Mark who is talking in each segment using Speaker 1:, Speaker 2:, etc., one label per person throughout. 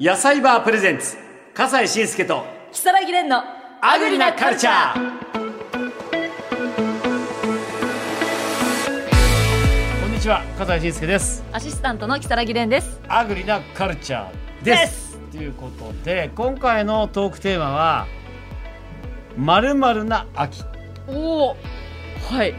Speaker 1: 野菜バープレゼンツ笠西慎介と
Speaker 2: 木更木蓮の
Speaker 1: アグリなカルチャー
Speaker 3: こんにちは、笠井慎介です。
Speaker 2: アシスタントの木更木蓮です
Speaker 3: アグリなカルチャーです。ということで、今回のトークテーマは。まるまるな秋。
Speaker 2: おおはい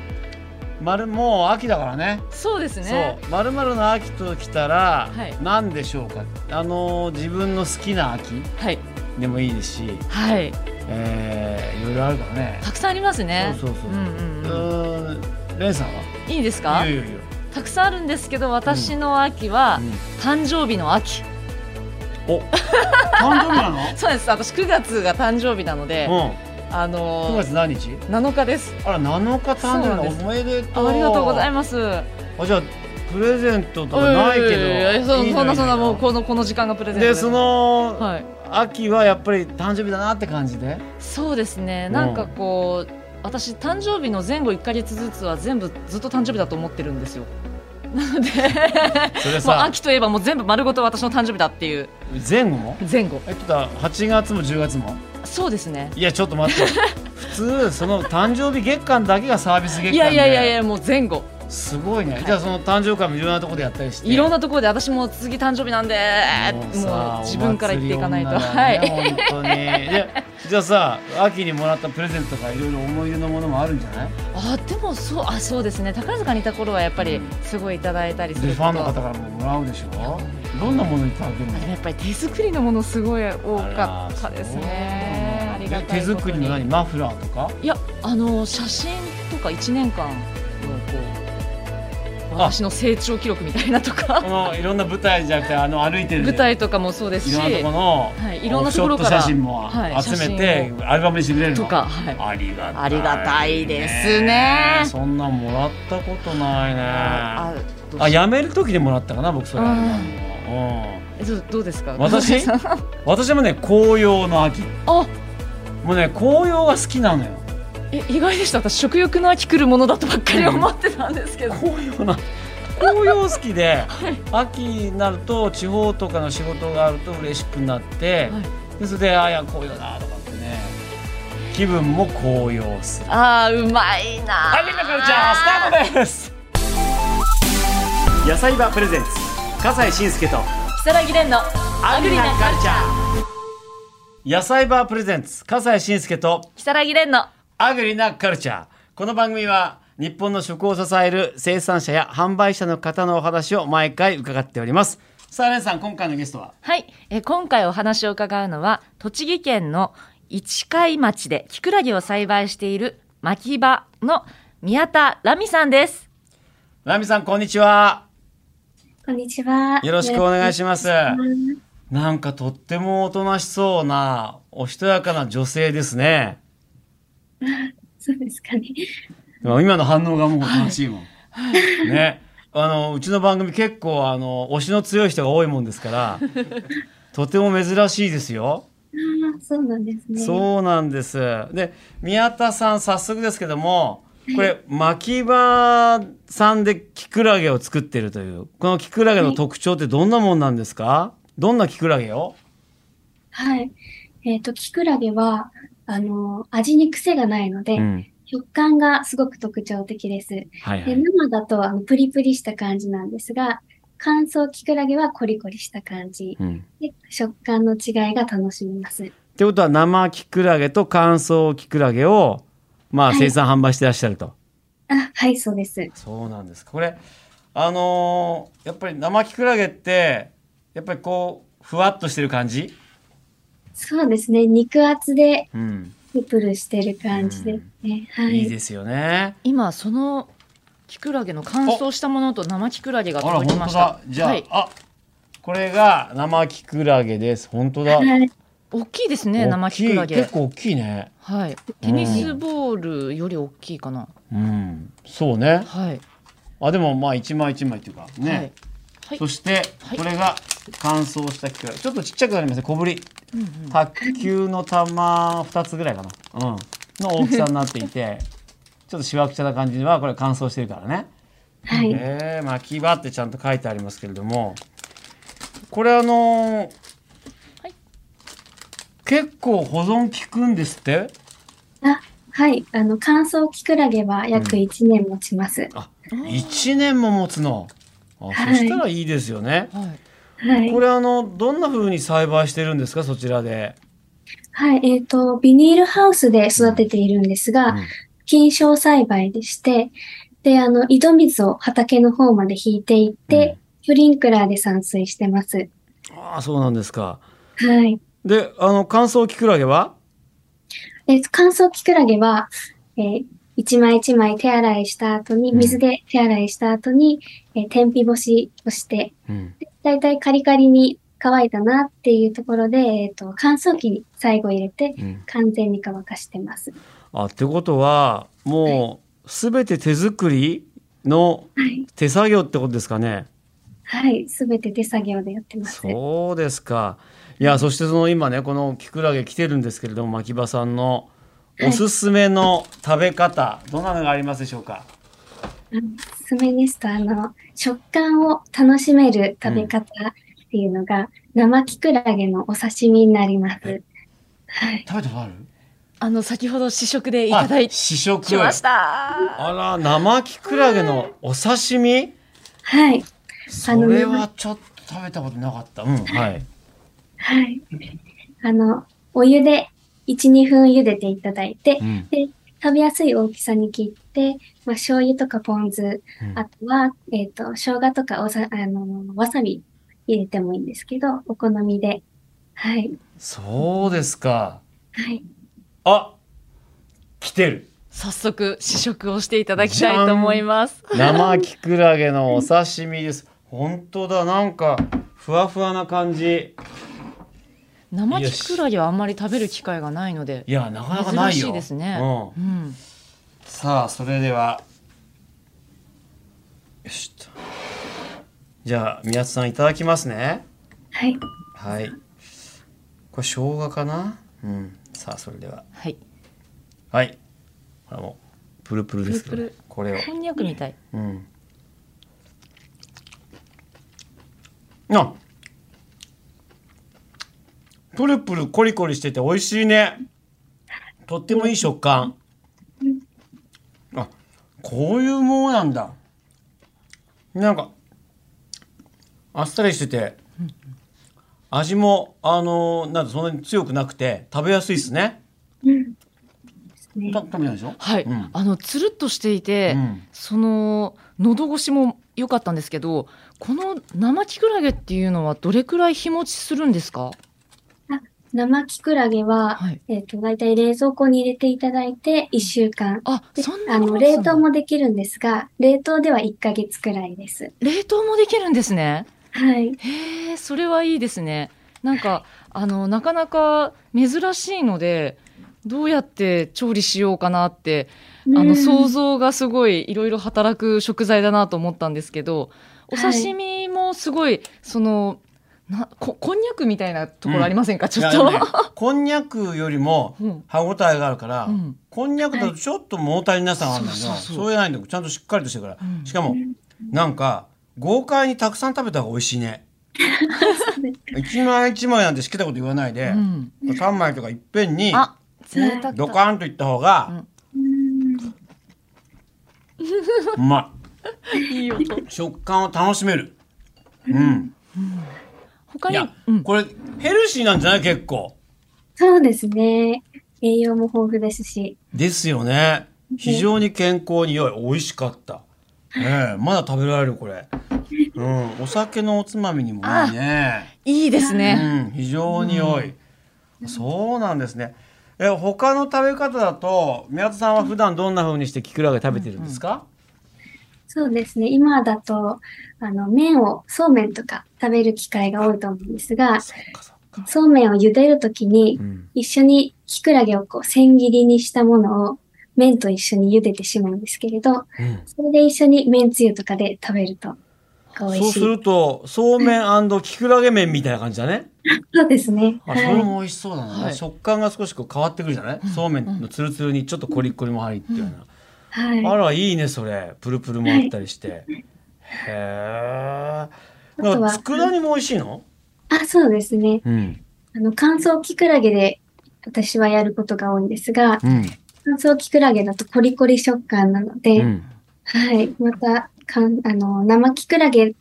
Speaker 3: まるもう秋だからね。
Speaker 2: そうですね
Speaker 3: そう、まるまるな秋ときたら
Speaker 2: はい、
Speaker 3: 何でしょうか。あのー自分の好きな秋
Speaker 2: はい
Speaker 3: でもいいですし、
Speaker 2: はい
Speaker 3: えー、いろいろあるからね。
Speaker 2: たくさんありますね
Speaker 3: そうそうそう。
Speaker 2: んうんう
Speaker 3: う
Speaker 2: ん
Speaker 3: ーん、レンさんは。
Speaker 2: いいですか
Speaker 3: いやいやいや
Speaker 2: たくさんあるんですけど私の秋は、
Speaker 3: うん
Speaker 2: 誕生日の秋
Speaker 3: お。誕生日な の。
Speaker 2: そうです私9月が誕生日なので、
Speaker 3: うん、
Speaker 2: あ
Speaker 3: 9
Speaker 2: のー、
Speaker 3: 月何日。
Speaker 2: 7日です
Speaker 3: あら、7日誕生日なの
Speaker 2: そうなんで
Speaker 3: お
Speaker 2: す
Speaker 3: めでとう。
Speaker 2: ありがとうございます
Speaker 3: あじゃあプレゼントとかないけど
Speaker 2: うーんそう
Speaker 3: いいの
Speaker 2: そんなそんない
Speaker 3: いの
Speaker 2: もうこのこの時間がプレゼント
Speaker 3: でその、
Speaker 2: はい
Speaker 3: 秋はやっぱり誕生日だなって感じで
Speaker 2: そうですねなんかこう、私誕生日の前後1か月ずつは全部ずっと誕生日だと思ってるんですよなので
Speaker 3: それ
Speaker 2: もう秋といえばもう全部丸ごと私の誕生日だっていう
Speaker 3: 前後も
Speaker 2: 前後
Speaker 3: えっとだ8月も10月も
Speaker 2: そうですね
Speaker 3: いやちょっと 待って普通その誕生日月間だけがサービス月間で
Speaker 2: いやいやいやいやもう前後
Speaker 3: すごいね、じゃあその誕生会もいろんなところでやったりして
Speaker 2: いろんなところで私も次誕生日なんで
Speaker 3: もう
Speaker 2: も
Speaker 3: さ
Speaker 2: う自分から言っていかないと、
Speaker 3: お
Speaker 2: は
Speaker 3: 祭り女
Speaker 2: い
Speaker 3: だね本当にでじゃあさ秋にもらったプレゼントとかいろいろ思い出のものもあるんじゃない
Speaker 2: あでもそうあそうですね宝塚にいた頃はやっぱりすごいいただいたり
Speaker 3: です
Speaker 2: る
Speaker 3: フ
Speaker 2: こと
Speaker 3: ァンの方からももらうでしょどんなものいただけるの
Speaker 2: でもやっぱり手作りのものすごい多かったですね。ありが
Speaker 3: え
Speaker 2: たい
Speaker 3: 手
Speaker 2: こと
Speaker 3: 作りの何マフラーとか
Speaker 2: いやあの写真とか一年間のこう
Speaker 3: あ
Speaker 2: 私の成長記録みたいなと
Speaker 3: こ
Speaker 2: か
Speaker 3: のいろんな舞台じゃなくてあの歩いてる
Speaker 2: 舞台とかもそうです
Speaker 3: い
Speaker 2: し
Speaker 3: ろんなとこの、
Speaker 2: はいいろんなところから
Speaker 3: ショット写真も
Speaker 2: はい
Speaker 3: 集めて、アルバムにしてくれるの
Speaker 2: とかはい
Speaker 3: ありがたいね
Speaker 2: ありがたいですね
Speaker 3: そんなんもらったことないねあ
Speaker 2: あどうし
Speaker 3: 辞める時でもらったかな僕それ
Speaker 2: うん
Speaker 3: アルバムを
Speaker 2: どうどうですか
Speaker 3: 私
Speaker 2: 小林さん
Speaker 3: うん私もね紅葉の秋
Speaker 2: あ
Speaker 3: もうね紅葉が好きなのよ
Speaker 2: え意外でした私食欲の秋来るものだとばっかり思ってたんですけど
Speaker 3: 紅葉 な紅葉好きで、秋になると地方とかの仕事があると嬉しくなって、
Speaker 2: はい
Speaker 3: でそれでああいや紅葉だとかってね気分も紅葉する
Speaker 2: あーうまいな
Speaker 3: アグリなカルチャースタートです
Speaker 1: 野菜バープレゼンツ笠西慎介と
Speaker 2: 木更木蓮のアグリなカルチャー
Speaker 3: 野菜バープレゼンツ笠西慎介と
Speaker 2: 木更木蓮の
Speaker 3: アグリなカルチャーこの番組は日本の食を支える生産者や販売者の方のお話を毎回伺っておりますさあレンさん今回のゲストは
Speaker 2: はい、えー今回お話を伺うのは栃木県の市貝町でキクラゲを栽培している牧場の宮田ラミさんです。
Speaker 3: ラミさんこんにちは
Speaker 4: こんにちは。
Speaker 3: よろしくお願いし
Speaker 4: ま
Speaker 3: ます。なんかとってもおとなしそうな、おしとやかな女性ですね。
Speaker 4: す。そうですかね。
Speaker 3: でも今の反応がもうおとなしいもん。ね。あの、うちの番組結構、あの、推しの強い人が多いもんですから、とても珍しいですよ。
Speaker 4: ああ、そうなんですね。
Speaker 3: そうなんです。で、宮田さん、早速ですけども、これ、牧場さんでキクラゲを作ってるという、このキクラゲの特徴ってどんなもんなんですかどんなキクラゲを
Speaker 4: はい。えっ、と、キクラゲは、あの、味に癖がないので、
Speaker 3: うん。
Speaker 4: 食感がすごく特徴的です。で
Speaker 3: はいはい。
Speaker 4: 生だとあのプリプリした感じなんですが、乾燥キクラゲはコリコリした感じ
Speaker 3: うん
Speaker 4: で、食感の違いが楽しめます。
Speaker 3: ってことは生キクラゲと乾燥キクラゲを、まあ、
Speaker 4: はい
Speaker 3: 生産販売してらっしゃると、
Speaker 4: あ、はい、そうです。
Speaker 3: そうなんですこれあのーやっぱり生キクラゲってやっぱりこうふわっとしてる感じ、
Speaker 4: そうですね。肉厚で
Speaker 3: うん
Speaker 4: プルプルしてる感じですね。はい。
Speaker 3: い、いですよね
Speaker 2: 今そのキクラゲの乾燥したものと生キクラゲが
Speaker 3: あら
Speaker 2: 届き
Speaker 3: 本
Speaker 2: まし
Speaker 3: 当
Speaker 2: た
Speaker 3: だ。じゃあ、
Speaker 2: はい、
Speaker 3: あこれが生キクラゲです本当だ、
Speaker 4: はい。
Speaker 2: 大きいですね生
Speaker 3: 大き
Speaker 2: キ
Speaker 3: い
Speaker 2: クラゲ
Speaker 3: 結。構大きいね
Speaker 2: はい、テニスボールより大きいかな。
Speaker 3: うんそうね
Speaker 2: はい。
Speaker 3: あでもまあ一枚一枚っていうかね、
Speaker 2: はい。はい
Speaker 3: そして
Speaker 2: はい
Speaker 3: これが乾燥したキクラゲちょっとちっちゃくなりますね小ぶり
Speaker 2: うんうん
Speaker 3: 卓球の球2つぐらいかな、うん、の大きさになってい てちょっとしわくちゃな感じはこれ乾燥してるからね。
Speaker 4: はい。
Speaker 3: えー、巻き場ってちゃんと書いてありますけれどもこれあのー結構保存効くんですって
Speaker 4: あ、はい。あの、乾燥キクラゲは約1年持ちます。
Speaker 3: あ1年も持つのあ、
Speaker 4: はい
Speaker 3: そしたらいいですよね
Speaker 2: はい。
Speaker 4: はい。
Speaker 3: これあのどんな風に栽培してるんですかそちらで、
Speaker 4: はい。えっ、と、ビニールハウスで育てているんですが、
Speaker 3: うん
Speaker 4: 菌床栽培でして、で、あの、井戸水を畑の方まで引いていって、プリンクラーで散水してます。
Speaker 3: ああそうなんですか
Speaker 4: はい。
Speaker 3: であの乾燥キクラゲは
Speaker 4: えー乾燥キクラゲは、えー一枚一枚手洗いした後に、
Speaker 3: うん
Speaker 4: 水で手洗いした後に、えー天日干しをして、
Speaker 3: うん
Speaker 4: でだいたいカリカリに乾いたなっていうところで、えっ、と、乾燥機に最後入れて、
Speaker 3: うん
Speaker 4: 完全に乾かしてます。
Speaker 3: あってことはもうすべて手作りの
Speaker 4: はい。
Speaker 3: 手作業ってことですかね
Speaker 4: はい。すべて手作業でやってます。
Speaker 3: そうです かいやそしてその今ねこのキクラゲ来てるんですけれども牧場さんのおすすめの食べ方、どんなのがありますでしょうか
Speaker 4: あのおすすめですと、あの、食感を楽しめる食べ方っていうのが、生キクラゲのお刺身になります。はい。
Speaker 3: 食べたことある
Speaker 2: あの先ほど試食でいただい
Speaker 3: あ試食
Speaker 2: きました。
Speaker 3: あら生キクラゲのお刺身
Speaker 4: はい。
Speaker 3: それはちょっと食べたことなかったうんはい
Speaker 4: はい。あの、お湯で1、2分茹でていただいて、
Speaker 3: うん
Speaker 4: で、食べやすい大きさに切って、まあ、醤油とかポン酢、
Speaker 3: うん
Speaker 4: あとは、えっ、と、生姜とかおさ、あの、わさび入れてもいいんですけど、お好みで。はい。
Speaker 3: そうですか
Speaker 4: はい。
Speaker 3: あ来てる
Speaker 2: 早速試食をしていただきたいと思います。
Speaker 3: 生キクラゲのお刺身です本当だなんかふわふわな感じ
Speaker 2: 生キクラゲはあんまり食べる機会がないので
Speaker 3: いやなかなかないよ
Speaker 2: 珍しいですね。
Speaker 3: うん、
Speaker 2: うん。
Speaker 3: さあそれではよしとじゃあ宮津さんいただきますね
Speaker 4: はい。
Speaker 3: はいこれ生姜かなうんさあそれでは
Speaker 2: はい。
Speaker 3: はいこれもうプルプルですけど、
Speaker 2: プルプ
Speaker 3: これを
Speaker 2: こんにゃくみたい。
Speaker 3: うんあプルプルコリコリしてて美味しいねとってもいい食感あこういうものなんだなんかあっさりしてて味もあのなんだそんなに強くなくて食べやすいですね
Speaker 4: うん。ですね
Speaker 3: た。食べないでしょ
Speaker 2: はい。
Speaker 3: うん
Speaker 2: あのつるっとしていて、
Speaker 3: うん
Speaker 2: その喉越しも良かったんですけど、この生キクラゲっていうのはどれくらい日持ちするんですか？
Speaker 4: 生キクラゲは、
Speaker 2: はい
Speaker 4: えっ、と、だいたい冷蔵庫に入れていただいて、1週間。
Speaker 2: あ、
Speaker 4: で
Speaker 2: そんな
Speaker 4: あ
Speaker 2: に
Speaker 4: の、
Speaker 2: 持つ
Speaker 4: 冷
Speaker 2: んだ
Speaker 4: 凍もできるんですが、冷凍では1ヶ月くらいです。
Speaker 2: 冷凍もできるんですね。
Speaker 4: はい。
Speaker 2: へえ、それはいいですね。なんか、あの、なかなか珍しいので、どうやって調理しようかなって、あ
Speaker 4: う
Speaker 2: の、
Speaker 4: ん
Speaker 2: 想像がすごいいろいろ働く食材だなと思ったんですけど、お
Speaker 4: はい
Speaker 2: 刺身もすごい、その、なこ、こんにゃくみたいなところありませんか、
Speaker 3: い
Speaker 2: ちょ
Speaker 3: や
Speaker 2: っ
Speaker 3: でもね
Speaker 2: と。
Speaker 3: こんにゃくよりも
Speaker 2: うん
Speaker 3: 歯ごたえがあるから、
Speaker 2: うん
Speaker 3: こんにゃくだとちょっと物足りなさがあるんだけど、
Speaker 2: はいそうそうそう
Speaker 3: そうじゃないんだよちゃんとしっかりとしてるから、
Speaker 2: うん
Speaker 3: しかもなんか豪快にたくさん食べた方が美味しいね一枚一枚なんてしきたこと言わないで、
Speaker 2: うん。
Speaker 3: 3枚とかいっぺんに
Speaker 2: あ、贅沢
Speaker 3: ドカンといった方が
Speaker 4: うん
Speaker 3: うま
Speaker 2: いい音。
Speaker 3: い食感を楽しめるうん、
Speaker 2: 他
Speaker 3: い
Speaker 2: に
Speaker 3: や、、
Speaker 2: うん。
Speaker 3: これヘルシーなんじゃない結構
Speaker 4: そうですね。栄養も豊富ですし。
Speaker 3: ですよね非常に健康に良い美味しかったええまだ食べられるこれ、うん、お酒のおつまみにもいいね
Speaker 2: いいです
Speaker 3: う
Speaker 2: ね。
Speaker 3: ん、非常に良い、そうなんですねえ他の食べ方だと宮田さんは普段どんな風にしてキクラゲ食べてるんですか、
Speaker 4: そうですね。今だと、あの、麺を、そうめんとか食べる機会が多いと思うんですが、
Speaker 3: そっかそっか、
Speaker 4: そうめんを茹でるときに
Speaker 3: う、ん、
Speaker 4: 一緒にキクラゲをこう、千切りにしたものを、麺と一緒に茹でてしまうんですけれど、
Speaker 3: うん
Speaker 4: それで一緒に麺つゆとかで食べると、美
Speaker 3: そ
Speaker 4: 味
Speaker 3: う
Speaker 4: しい。
Speaker 3: するとそうめんキクラゲ麺みたいな感じだね
Speaker 4: そうですね。
Speaker 3: あ
Speaker 4: は
Speaker 3: それ
Speaker 4: い。
Speaker 3: も美味しそうだな、
Speaker 2: はい
Speaker 3: 食感が少しこう変わってくるじゃない、そうめんのつるつるにちょっとコリッコリも入ってるような、あ
Speaker 4: はい。
Speaker 3: らいいねそれプルプルもあったりして、へえだ
Speaker 4: あ
Speaker 3: か
Speaker 4: と
Speaker 3: ら
Speaker 4: は
Speaker 3: 佃煮も美味しいの、
Speaker 4: あ、そうですね。
Speaker 3: うん、
Speaker 4: あの、乾燥キクラゲで私はやることが多いんですが、
Speaker 3: うん。
Speaker 4: 乾燥キクラゲだとコリコリ食感なので、
Speaker 3: うん。
Speaker 4: はい。また、かん、あの、生キクラゲ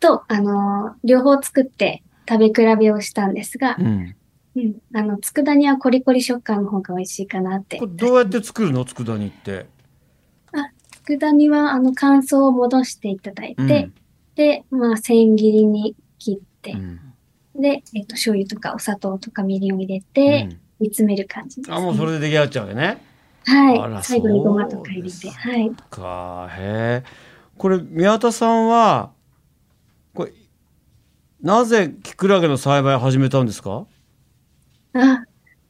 Speaker 4: と、あの、両方作って食べ比べをしたんですが
Speaker 3: う、ん。
Speaker 4: うん。あの、佃煮はコリコリ食感の方が美味しいかなって
Speaker 3: これ。どうやって作るの佃煮って。
Speaker 4: 佃煮は、あの、乾燥を戻していただい
Speaker 3: う
Speaker 4: て、
Speaker 3: ん。
Speaker 4: で、まあ、千切りに切って、
Speaker 3: うん
Speaker 4: で、えっと、醤油とかお砂糖とかみりんを入れて、煮詰める感じです、
Speaker 3: うん
Speaker 4: ね
Speaker 3: あ、もうそれで出来上がっちゃうよね。あ
Speaker 4: は
Speaker 3: ら
Speaker 4: い。最後にごまとか
Speaker 3: そう
Speaker 4: 入
Speaker 3: で
Speaker 4: れ
Speaker 3: す
Speaker 4: て、はい。
Speaker 3: か、へえ。これ、宮田さんは、これ、なぜキクラゲの栽培を始めたんですか
Speaker 4: あ、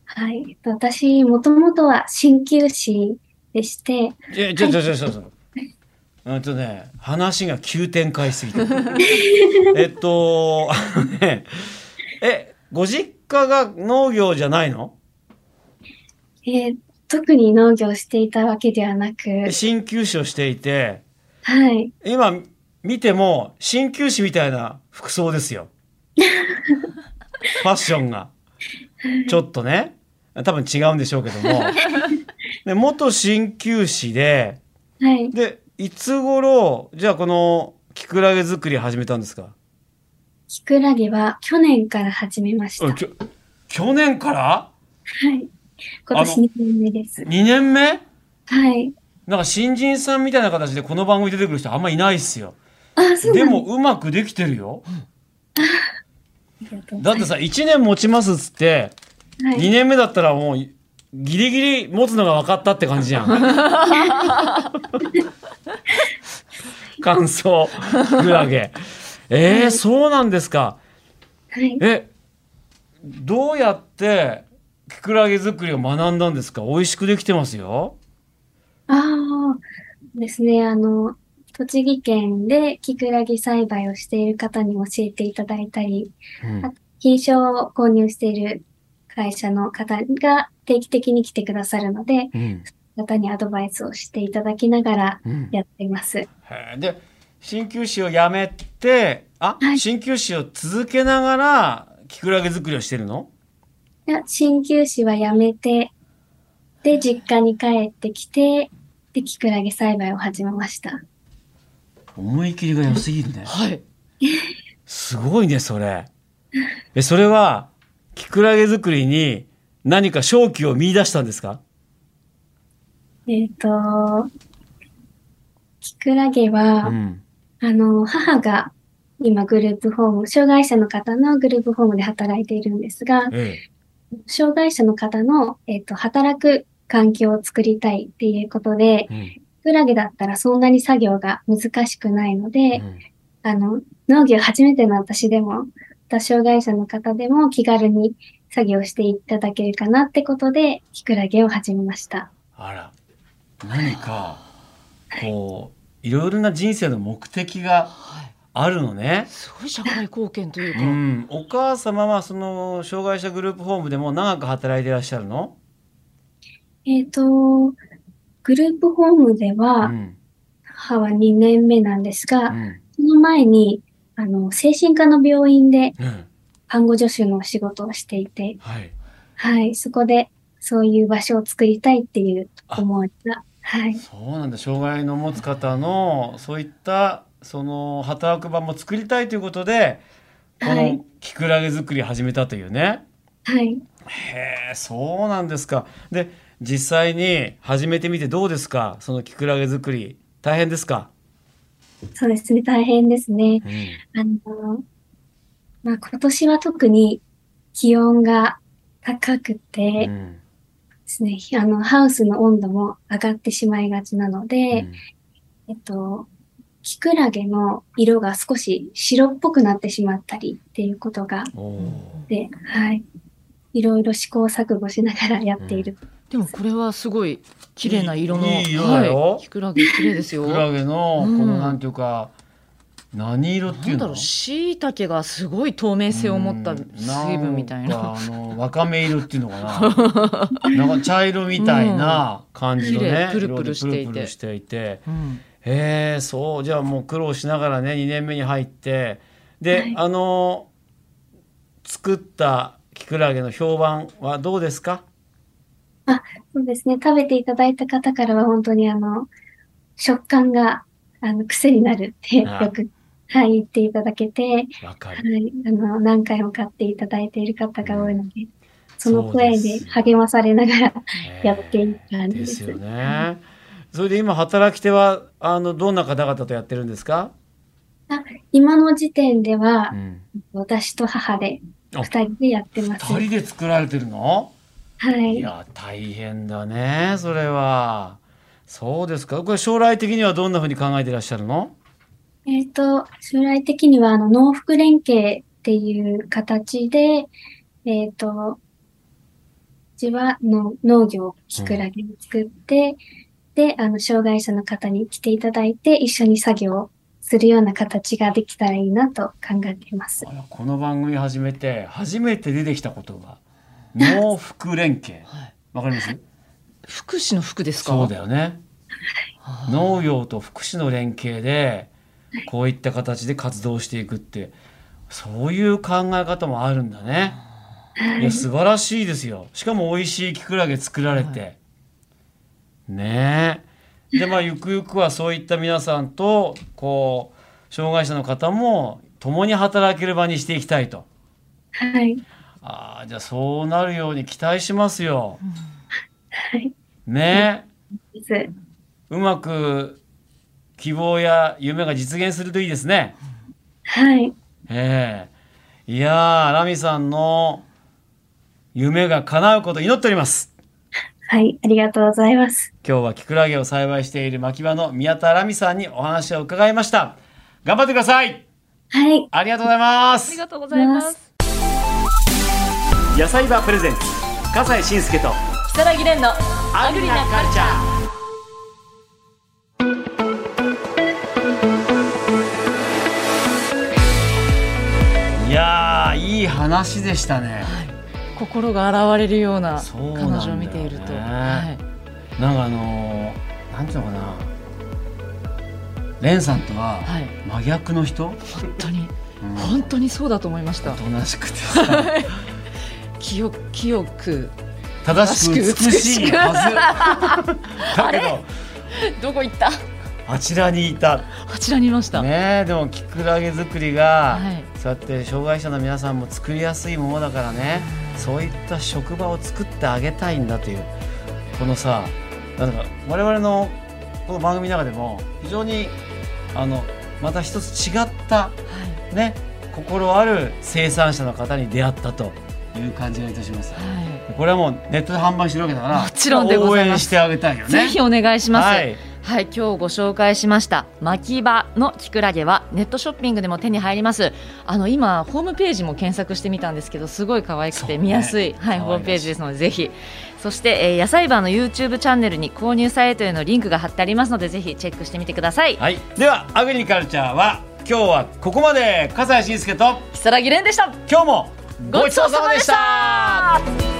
Speaker 4: はい。えっと私、もともとは鍼灸師でして、
Speaker 3: え、ちょ、ちょ、ちょ、ちょ、ちょ。うんとね、話が急展開しすぎ て。えっと、あのね、え、ご実家が農業じゃないの
Speaker 4: えー特に農業をしていたわけではなく、
Speaker 3: 鍼灸師をしていて、
Speaker 4: はい。
Speaker 3: 今見ても鍼灸師みたいな服装ですよ。ファッションが。ちょっとね。多分違うんでしょうけども。で元鍼灸師で、
Speaker 4: はい。
Speaker 3: で、いつ頃、じゃあこのキクラゲ作り始めたんですか
Speaker 4: キクラゲは去年から始めました。は
Speaker 3: あきょ去年から
Speaker 4: い。今年2年目です。
Speaker 3: ?2 年目
Speaker 4: はい。
Speaker 3: なんか新人さんみたいな形でこの番組出てくる人あんまいないっすよ。
Speaker 4: あ、そう
Speaker 3: で
Speaker 4: なん
Speaker 3: もうまくできてるよ。
Speaker 4: ありがとうござ
Speaker 3: だ
Speaker 4: い
Speaker 3: ってさ、1年持ちますっつって、
Speaker 4: ますはい
Speaker 3: 2年目だったらもうギリギリ持つのが分かったって感じじ ゃん。感想、クラゲ。えー、そうなんですか。
Speaker 4: はい。
Speaker 3: え、どうやってキクラゲ作りを学んだんですか美味しくできてますよ。
Speaker 4: ああ、ですね。あの、栃木県でキクラゲ栽培をしている方に教えていただいたり、
Speaker 3: うん
Speaker 4: 品種を購入している会社の方が定期的に来てくださるので、
Speaker 3: うん
Speaker 4: 方にアドバイスをしていただきながら
Speaker 3: うん
Speaker 4: やっています。
Speaker 3: へーで、鍼灸師を辞めて、あ、
Speaker 4: はい
Speaker 3: 鍼灸師を続けながらキクラゲ作りをしてるの
Speaker 4: いや、鍼灸師は辞めて、で、実家に帰ってきて、で、キクラゲ栽培を始めました。
Speaker 3: 思い切りが良すぎるね。
Speaker 2: はい。
Speaker 3: すごいね、それ。え、それは、キクラゲ作りに何か勝機を見出したんですか
Speaker 4: えっ、と、キクラゲは、
Speaker 3: ん。
Speaker 4: あの、母が今グループホーム、障害者の方のグループホームで働いているんですが、
Speaker 3: え
Speaker 4: 障害者の方の、えっと働く環境を作りたいっていうことで、
Speaker 3: え。
Speaker 4: キクラゲだったらそんなに作業が難しくないので、
Speaker 3: うん
Speaker 4: あの、農業初めての私でも、また障害者の方でも気軽に作業していただけるかなってことで、キクラゲを始めました。
Speaker 3: あら、何か、こう、いろいろな人生の目的が
Speaker 2: はい。
Speaker 3: あるのね。
Speaker 2: すごい社会貢献という
Speaker 3: う
Speaker 2: か。
Speaker 3: ん。お母様は、その、障害者グループホームでも長く働いていらっしゃるの
Speaker 4: えっ、と、グループホームで
Speaker 3: う
Speaker 4: は、
Speaker 3: ん。
Speaker 4: 母は2年目なんです
Speaker 3: う
Speaker 4: が、
Speaker 3: ん。
Speaker 4: その前に、あの、精神科の病院で
Speaker 3: うん。
Speaker 4: 看護助手のお仕事をしていて、
Speaker 3: はい。
Speaker 4: はい、そこでそういう場所を作りたいっていう思いが、はい、
Speaker 3: そうなんだ。障害の持つ方の、そういった、その、働く場も作りたいということで、こ
Speaker 4: はい
Speaker 3: の、キクラゲ作り始めたというね。
Speaker 4: はい。
Speaker 3: へえ、そうなんですか。で、実際に始めてみてどうですかそのキクラゲ作り。大変ですか
Speaker 4: そうですね、大変ですね。
Speaker 3: うん。
Speaker 4: あの、まあ、今年は特に気温が高くてですね、あの、ハウスの温度も上がってしまいがちなので、えっと、キクラゲの色が少し白っぽくなってしまったりっていうことが
Speaker 3: おおー。
Speaker 4: で、はい。いろいろ試行錯誤しながらやっている。
Speaker 2: でもこれはすごい綺麗な色の。
Speaker 3: いいいい色だよ
Speaker 2: はい。キクラゲ綺麗ですよ。
Speaker 3: キクラゲの、こ
Speaker 2: うん
Speaker 3: のなんていうか、何色ってい
Speaker 2: な
Speaker 3: うん
Speaker 2: だ
Speaker 3: の
Speaker 2: ろう、しいたけがすごい透明性を持った
Speaker 3: うん
Speaker 2: 水分みたい
Speaker 3: ん
Speaker 2: な。
Speaker 3: かあの、わかめ色っていうのか な。なんか茶色みたいな感じのね。
Speaker 2: 綺麗プルプルしていて
Speaker 3: 色でプルプルしていて。
Speaker 2: うん
Speaker 3: へえそうじゃあもう苦労しながらね2年目に入ってで、
Speaker 4: はい
Speaker 3: あの作ったキクラゲの評判はどうですか
Speaker 4: そうですね。食べていただいた方からは本当にあの、食感が、あの、癖になるって
Speaker 3: あ
Speaker 4: よく、はい、言っていただけて、
Speaker 3: わか
Speaker 4: は
Speaker 3: る。
Speaker 4: い、あの、何回も買っていただいている方が多いので、その
Speaker 3: そうで
Speaker 4: 声
Speaker 3: す
Speaker 4: で励まされながら やっていた感じ
Speaker 3: で
Speaker 4: ですす。
Speaker 3: よね。それで今働き手はあのどんな方々とやってるんですか？
Speaker 4: 今の時点では、
Speaker 3: ん、
Speaker 4: 私と母で
Speaker 3: あ
Speaker 4: 二人でやってます。
Speaker 3: 二人で作られてるの？
Speaker 4: はい。
Speaker 3: いや大変だねそれは。そうですか。これ将来的にはどんな風に考えていらっしゃるの？
Speaker 4: えっと、将来的には、あの、農福連携っていう形で、えっと、うちはの農業、きくらげを作って、で、あの、障害者の方に来ていただいて、一緒に作業をするような形ができたらいいなと考えています。
Speaker 3: あらこの番組始めて初めて出てきた言 葉農福連携
Speaker 2: はい
Speaker 3: わかります？
Speaker 2: 福祉の福ですか
Speaker 3: そうだよね。
Speaker 2: はあ
Speaker 3: 農業と福祉の連携でこういった形で活動していくってそういう考え方もあるんだね。いや素晴らしいですよ。しかも美味しいキクラゲ作られて、ねえ。でまあゆくゆくはそういった皆さんとこう障害者の方も共に働ける場にしていきたいと。
Speaker 4: はい。
Speaker 3: ああじゃあそうなるように期待しますよ。
Speaker 4: はい。
Speaker 3: ねえ。
Speaker 4: です。
Speaker 3: うまく希望や夢が実現するといいですね。
Speaker 4: はい。
Speaker 3: ええいやー、ラミさんの夢が叶うことを祈っております。
Speaker 4: はい。ありがとうございます。
Speaker 3: 今日はキクラゲを栽培している牧場の宮田ラミさんにお話を伺いました。頑張ってください。
Speaker 4: はい。
Speaker 3: ありがとうございま
Speaker 2: あ
Speaker 3: す
Speaker 2: り。がとうございます
Speaker 1: 野菜場プレゼンツ笠西慎介と
Speaker 2: 如月蓮の
Speaker 1: アグリなカルチャー
Speaker 3: いやー、いい話でしたね。
Speaker 2: 心が洗われるような
Speaker 3: そうなんだ
Speaker 2: 彼
Speaker 3: よね
Speaker 2: 女を見ていると、はい、
Speaker 3: なんかあのー、なんていうのかな。レンさんとは
Speaker 2: はい
Speaker 3: 真逆の人、
Speaker 2: 本当に
Speaker 3: うん
Speaker 2: 本当にそうだと思いました
Speaker 3: おとなしくてさ。
Speaker 2: 清清く
Speaker 3: 正しく美しいはずだけど
Speaker 2: どこ行った
Speaker 3: あちらにいた
Speaker 2: あちらにいました、
Speaker 3: ねえでもきくらげ作りが、
Speaker 2: はい
Speaker 3: そうやって障害者の皆さんも作りやすいものだからねそういった職場を作ってあげたいんだというこのさなんか我々のこの番組の中でも非常にあのまた一つ違った
Speaker 2: は
Speaker 3: ね心ある生産者の方に出会ったという感じがいたします。
Speaker 2: いはい
Speaker 3: これはもうネットで販売してるわけだから
Speaker 2: もちろんでございます
Speaker 3: 応援してあげたいよね。
Speaker 2: ぜひお願いします。
Speaker 3: は
Speaker 2: はいい、今日ご紹介しました巻き場のキクラゲはネットショッピングでも手に入ります。あの今ホームページも検索してみたんですけど、すごい可愛く
Speaker 3: そうね
Speaker 2: て見やすい、はい
Speaker 3: 可愛らしい
Speaker 2: ホームページですのでぜひ。そして、えー野菜バーの YouTube チャンネルに購入サイトへのリンクが貼ってありますのでぜひチェックしてみてください。
Speaker 3: はい、ではアグリカルチャーは今日はここまで笠西慎介と
Speaker 2: 木更木蓮でした。
Speaker 3: 今日もごちそうさまでした
Speaker 2: ごちそうさまでした